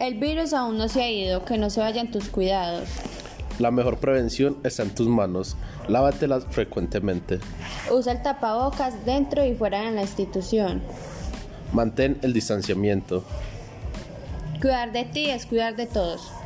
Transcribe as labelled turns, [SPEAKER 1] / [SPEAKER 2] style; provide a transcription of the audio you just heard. [SPEAKER 1] El virus aún no se ha ido, que no se vayan tus cuidados.
[SPEAKER 2] La mejor prevención está en tus manos. Lávatelas frecuentemente.
[SPEAKER 1] Usa el tapabocas dentro y fuera de la institución.
[SPEAKER 2] Mantén el distanciamiento.
[SPEAKER 1] Cuidar de ti es cuidar de todos.